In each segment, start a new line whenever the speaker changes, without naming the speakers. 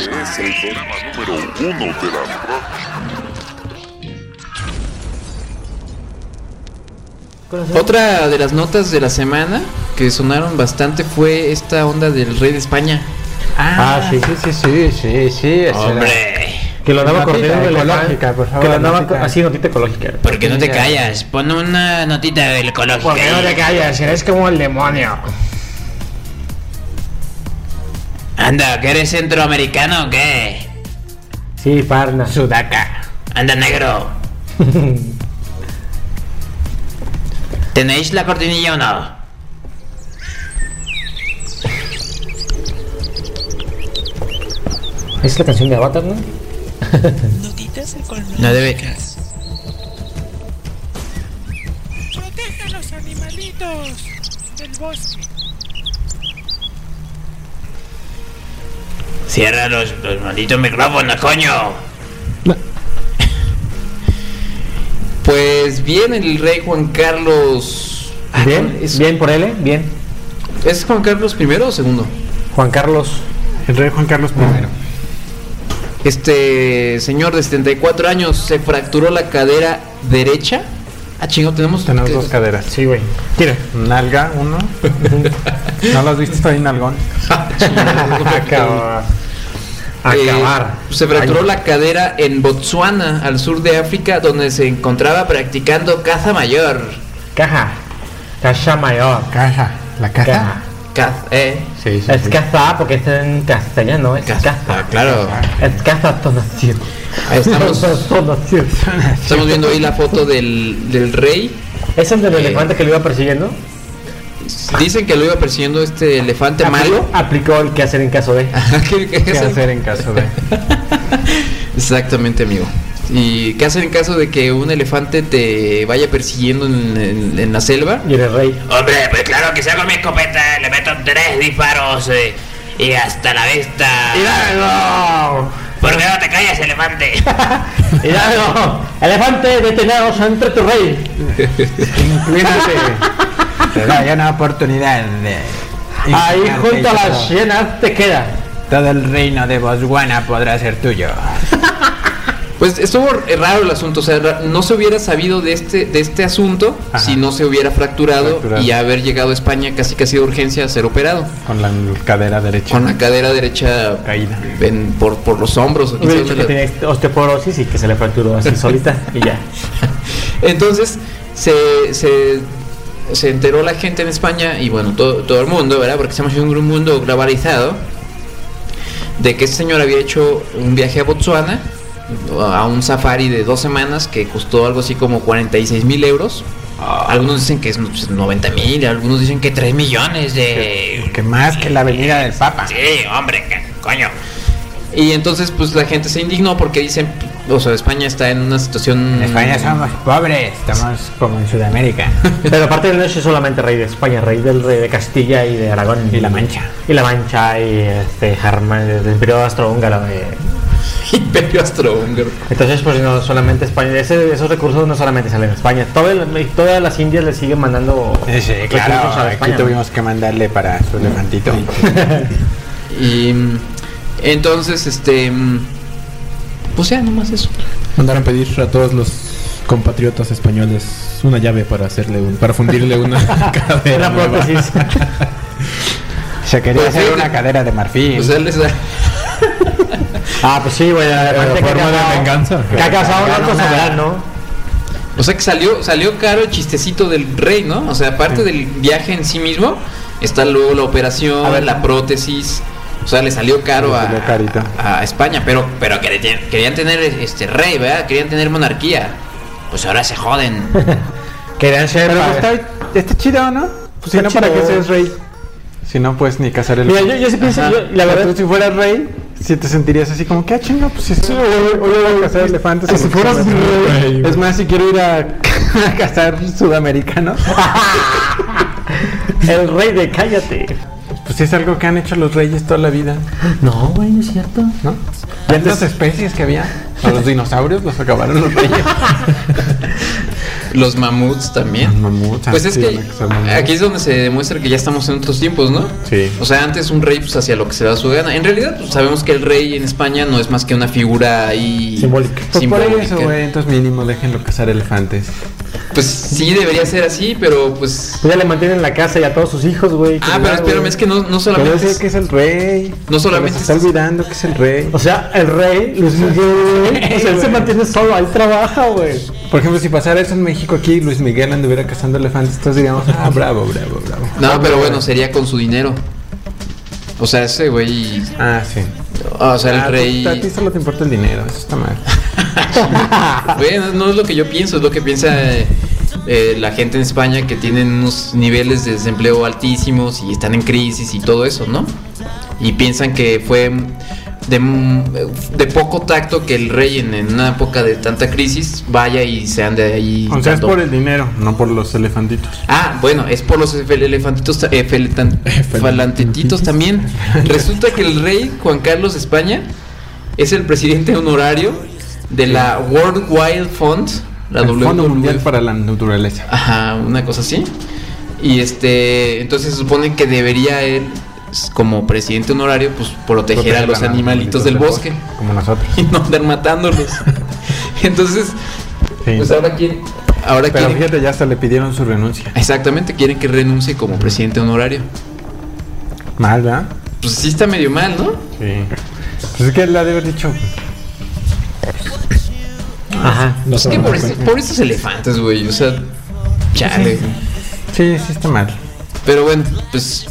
Este es el programa número uno de la radio.
Otra de las notas de la semana que sonaron bastante fue esta onda del rey de España.
Ah, sí, sí, sí, sí, sí, sí. ese era.
Que lo daba
Notita
cordero
ecológica, por favor,
Que lo daba
notita.
así, notita ecológica.
¿Por qué no te callas? Pon una notita del color.
Porque no te callas, eres como el demonio.
Anda, ¿que eres centroamericano o qué?
Sí, Parna.
Sudaca.
Anda, negro. ¿Tenéis la cortinilla o no?
Es la canción de Avatar, ¿no?
Notitas
No debe.
Proteja a los animalitos del bosque.
Cierra los, los malditos micrófonos, coño.
Pues bien, el rey Juan Carlos. Ah,
Bien,
es,
bien por él, ¿eh? bien.
¿Es Juan Carlos I o segundo?
Juan Carlos.
El rey Juan Carlos I.
Este señor de 74 años se fracturó la cadera derecha. Ah, chingo, tenemos.
Tenemos
que-
dos caderas.
Sí, güey.
Tira. Nalga, uno. ¿No las viste? Estoy en nalgón.
Ah, chingo,
Acabar.
Eh,
Acabar.
se fracturó la cadera en Botsuana, al sur de África, donde se encontraba practicando caza mayor.
Caja. Caja mayor.
Caja. ¿La caja?
Caja.
Caza, eh.
Sí, sí.
Es
sí.
caza porque es en castellano, es
Caza, ah,
caza.
claro.
Es caza tonación.
Ahí estamos,
Tonación.
estamos viendo ahí la foto del, del rey.
¿Es el del
Eh.
elefante que lo iba persiguiendo?
Dicen que lo iba persiguiendo este elefante
Ah,
malo.
Aplicó- Aplicó el que hacer en caso de.
Ajá, ¿qué- qué
¿Qué
es el-
hacer en caso de.?
Exactamente, amigo. ¿Y qué hacer en caso de que un elefante te vaya persiguiendo en, en- en la selva?
Y el rey.
Hombre, pues claro que saco mi escopeta, le meto tres disparos eh, y hasta la vista.
¡Hidalgo!
¿Por qué no te callas, elefante?
¡Hidalgo! ¡Elefante detenados entre tu rey!
Inclínate. Te da una oportunidad de.
Ahí
inclinarte
junto a
y
las
todo-
llenas te queda.
Todo el reino de Botswana podrá ser tuyo.
Pues estuvo r- raro el asunto, o sea, ra- no se hubiera sabido de este, de este asunto
Ajá.
si no se hubiera fracturado,
Fracturado.
y haber llegado a España casi casi de urgencia a ser operado.
Con la cadera derecha.
Con la cadera derecha
Caída.
en- por, por los hombros. o quién
Hubiera
sabe
dicho que
dónde la-
tenía osteoporosis y que se le fracturó así solita y ya.
Entonces se, se, se enteró la gente en España y bueno, todo, todo el mundo, ¿verdad? Porque estamos en un mundo globalizado, de que este señor había hecho un viaje a Botsuana, a un safari de dos semanas que costó algo así como 46 mil euros.
Algunos dicen que es
pues,
90 mil, algunos dicen que 3 millones de...
Que más que la venida del Papa.
Sí, hombre, ca- coño.
Y entonces pues la gente se indignó porque dicen, o sea, España está en una situación...
En España somos pobres, estamos como en Sudamérica.
Pero aparte de eso, es solamente rey de España, rey del rey de Castilla y de Aragón.
Y La Mancha.
Y la Mancha y este Germán, el imperio austrohúngaro. eh.
Imperio astrohúngaro.
Entonces, pues no solamente España, ese- esos recursos no solamente salen de España. Todo el- todas las Indias le siguen mandando
Sí, sí, claro,
recursos Pues a
aquí
España.
tuvimos que mandarle para su elefantito.
Y mm, entonces, este... mm, Pues ya, nomás eso.
Mandaron pedir a todos los compatriotas españoles una llave para hacerle un, para fundirle una cadera
Una
nueva.
prótesis.
Se quería
Pues sí,
hacer
sí.
una cadera de marfil.
Pues él les da...
Ah, pues sí, güey,
Pero
además que ha
forma de
causado-
venganza.
que ha causado
Gana
tanto
una-
soberano.
O sea que salió, salió caro el chistecito del rey, ¿no? O sea, aparte del viaje en sí mismo, está luego la operación,
A ver.
la prótesis. O sea, le salió caro
Le
a,
salió carito.
a España, pero, pero
Pero quere- te- querían tener este rey, ¿verdad? Querían tener monarquía. Pues ahora se joden.
Querían ser.
Pero está, está chido, ¿no? Pues si
Está
no, ¿para
chido.
qué seas rey? Si no, pues ni casar el.
Mira, yo, yo sí pienso,
Ajá.
yo, la
Pero
verdad.
tú, si fueras rey, si te sentirías así como que, ah, chinga, pues si sí, cazar elefantes. Ah, Si fueras
rey,
Es más, si quiero ir a, a cazar sudamericanos.
El rey de cállate.
Pues es algo que han hecho los reyes toda la vida,
No, güey, no es cierto.
¿no? Tantas especies que había. A los dinosaurios los acabaron los reyes.
Los mamuts también.
Los mamuts,
Pues
ah,
es
sí,
que
tiene que ser mamut.
aquí es donde se demuestra que ya estamos en otros tiempos, ¿no?
Sí.
O sea, antes un rey pues hacía lo que se le da su gana. En realidad pues, sabemos que el rey en España no es más que una figura ahí
Simbólica.
Pues por
simbólica.
eso, güey, entonces mínimo déjenlo cazar elefantes.
Pues sí debería ser así, pero
Ah,
pues
Pues ya le mantienen la casa y a todos sus hijos, güey.
Ah,
chingada,
pero espérame,
güey.
es que no, no
Pero
solamente
es que
es-
es el rey.
No solamente
Se está
es-
olvidando que es el rey.
O sea, el rey, Luis Miguel, güey. O sea, él se mantiene solo, él trabaja, güey.
Por ejemplo, si pasara eso en México aquí, Luis Miguel anduviera cazando elefantes, entonces diríamos, ah, bravo, bravo, bravo.
No, pero bueno, sería con su dinero. O sea, ese güey.
Ah, sí.
O sea, el
Ah,
rey.
tú- A ti solo te importa el dinero, eso está mal.
Bueno, no es lo que yo pienso, es lo que piensa eh, eh, la gente en España que tienen unos niveles de desempleo altísimos y están en crisis y todo eso, ¿no? Y piensan que fue de, de poco tacto que el rey en, en una época de tanta crisis vaya y se ande ahí.
O sea, es
dando-
por el dinero, no por los elefantitos.
Ah, bueno, es por los efel- elefantitos, ta- eh, feletan-
Efel-
falantetitos también. Resulta que el rey Juan Carlos de España es el presidente honorario de la World Wild Fund, la
el Fondo
WWF.
Mundial para la Naturaleza.
Ajá, una cosa así. Y este, entonces se supone que debería él, s- como presidente honorario, pues proteger, a los animalitos del bosque
Como nosotros.
y no andar matándolos. entonces,
Sí.
pues ahora quién, ahora
Pero
quién.
fíjate, ya hasta le pidieron su renuncia.
Exactamente, quieren que renuncie como presidente honorario.
Mal, ¿verdad?
Pues sí está medio mal, ¿no?
Sí. Pues es que le ha de haber dicho.
No
Es
se
que
Ah,
van a
por,
dar
ese-
cuenta.
por esos elefantes, güey, o sea, chale. güey.
Sí, sí está mal.
Pero bueno, pues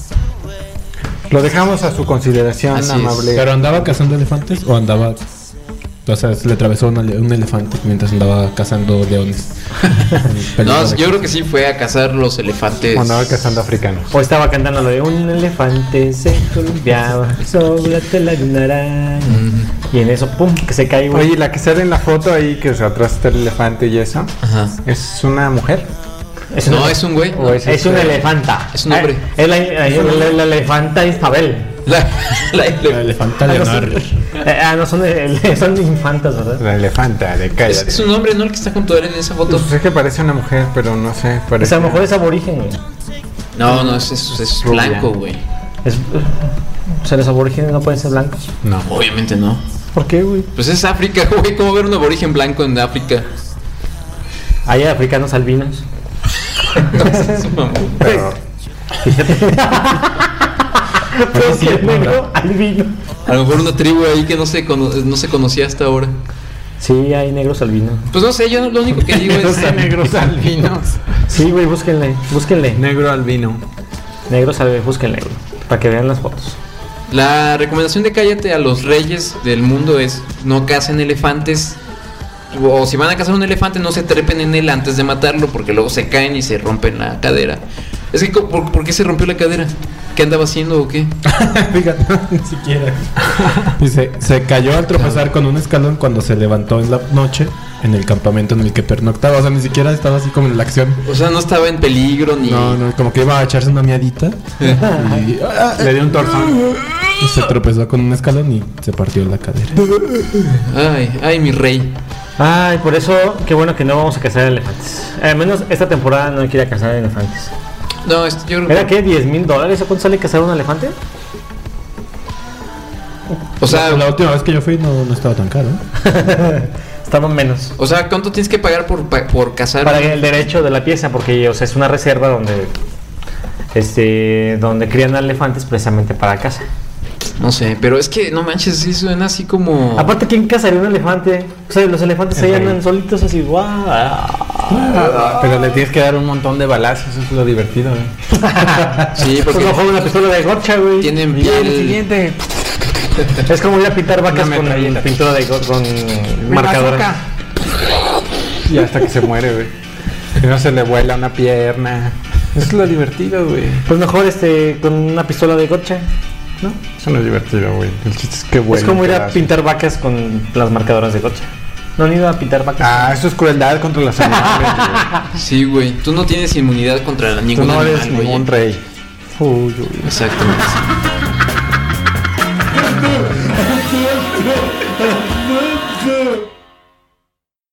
Lo dejamos a su consideración,
Así es.
amable.
¿Pero andaba cazando elefantes o andaba.? O sea, se le atravesó un, ele- un elefante mientras andaba cazando leones.
no, yo creo que sí fue a cazar los elefantes.
Cuando va cazando africanos.
O Pues estaba cantando lo de un elefante se columpiaba sobre la tela de una araña.
Mm,
Y en eso, pum, que se cae, güey.
Oye, la que sale en la foto ahí, que se atrás está el elefante y eso,
Ajá.
¿es una mujer?
Es
No,
una-
es un güey.
O es-
Es un elefanta.
Es un hombre.
Ah, Es la, la- la- la elefanta Isabel.
La, la-
La elefanta Leonardo.
Eh, ah, no, son, ele- son infantas, ¿verdad?
La elefanta, de
es,
cállate.
es un hombre, ¿no? El que está junto a él en esa foto.
Pues es que parece una mujer, pero no sé.
O
Parece...
sea, a lo mejor es aborigen, güey.
No, no, es, es, es
Rubia.
blanco, güey.
Es- o sea, los aborígenes no pueden ser blancos.
No.
Obviamente no.
¿Por qué, güey?
Pues es África, güey. ¿Cómo ver un aborigen blanco en África?
Hay africanos albinos.
No, es un mamón.
Pero
Pero que es negro albino.
A lo mejor una tribu ahí que no se, cono- no se conocía hasta ahora.
Sí, hay negros albinos.
Pues no sé, yo lo único que digo es.
son Pues negros albinos.
Sí, güey, búsquenle, búsquenle.
Negro albino.
Negros albinos, búsquenle, güey. Para que vean las fotos.
La recomendación de cállate a los reyes del mundo es no cacen elefantes. O si van a cazar un elefante, no se trepen en él antes de matarlo, porque luego se caen y se rompen la cadera. Es que, co- ¿por, por qué se rompió la cadera? ¿Qué andaba haciendo o qué?
Fíjate, ni siquiera. Dice, se cayó al tropezar con un escalón cuando se levantó en la noche en el campamento en el que pernoctaba. O sea, ni siquiera estaba así como en la acción.
O sea, no estaba en peligro ni.
No, no, como que iba a echarse una miadita. y ah,
Le dio un torzón.
y se tropezó con un escalón y se partió la cadera.
Ay, ay, mi rey.
Ay, por eso, qué bueno que no vamos a cazar elefantes. Al menos esta temporada no hay que ir a cazar elefantes.
No, es- yo
¿Era qué? ¿10 mil dólares? ¿O cuánto sale cazar un elefante?
O sea,
la última vez que yo fui no, no estaba tan caro. ¿eh?
Estamos menos.
o sea, ¿cuánto tienes que pagar por, pa- por cazar?
Para el derecho de la pieza, porque o sea, es una reserva donde este donde crían elefantes precisamente para caza.
No sé, pero es que no manches, sí suena así como.
Aparte, ¿quién cazaría un elefante? O sea, los elefantes ahí
Ajá.
andan solitos así, guau.
Pero le tienes que dar un montón de balazos, eso es lo divertido, ¿eh?
Sí,
Pues
porque
mejor una pistola de gocha, güey.
tienen
Y ya,
piel.
siguiente. Es como ir a pintar vacas
Una
con
metralleta.
pintura de go- con marcadora.
Y hasta que se muere, güey. Y no se le vuela una pierna. Eso es lo divertido, güey.
Pues mejor este con una pistola de gocha.
¿No? Eso no es divertido, güey. El chiste es que vuela.
es como ir a
pedazos.
pintar vacas con las marcadoras de gocha. No han ido a pintar vacas.
Ah, eso es crueldad contra las animales, güey.
Sí, güey. Tú no tienes inmunidad contra ningún
Tú no
animal,
eres
güey.
ningún rey. Uy, uy.
Exactamente.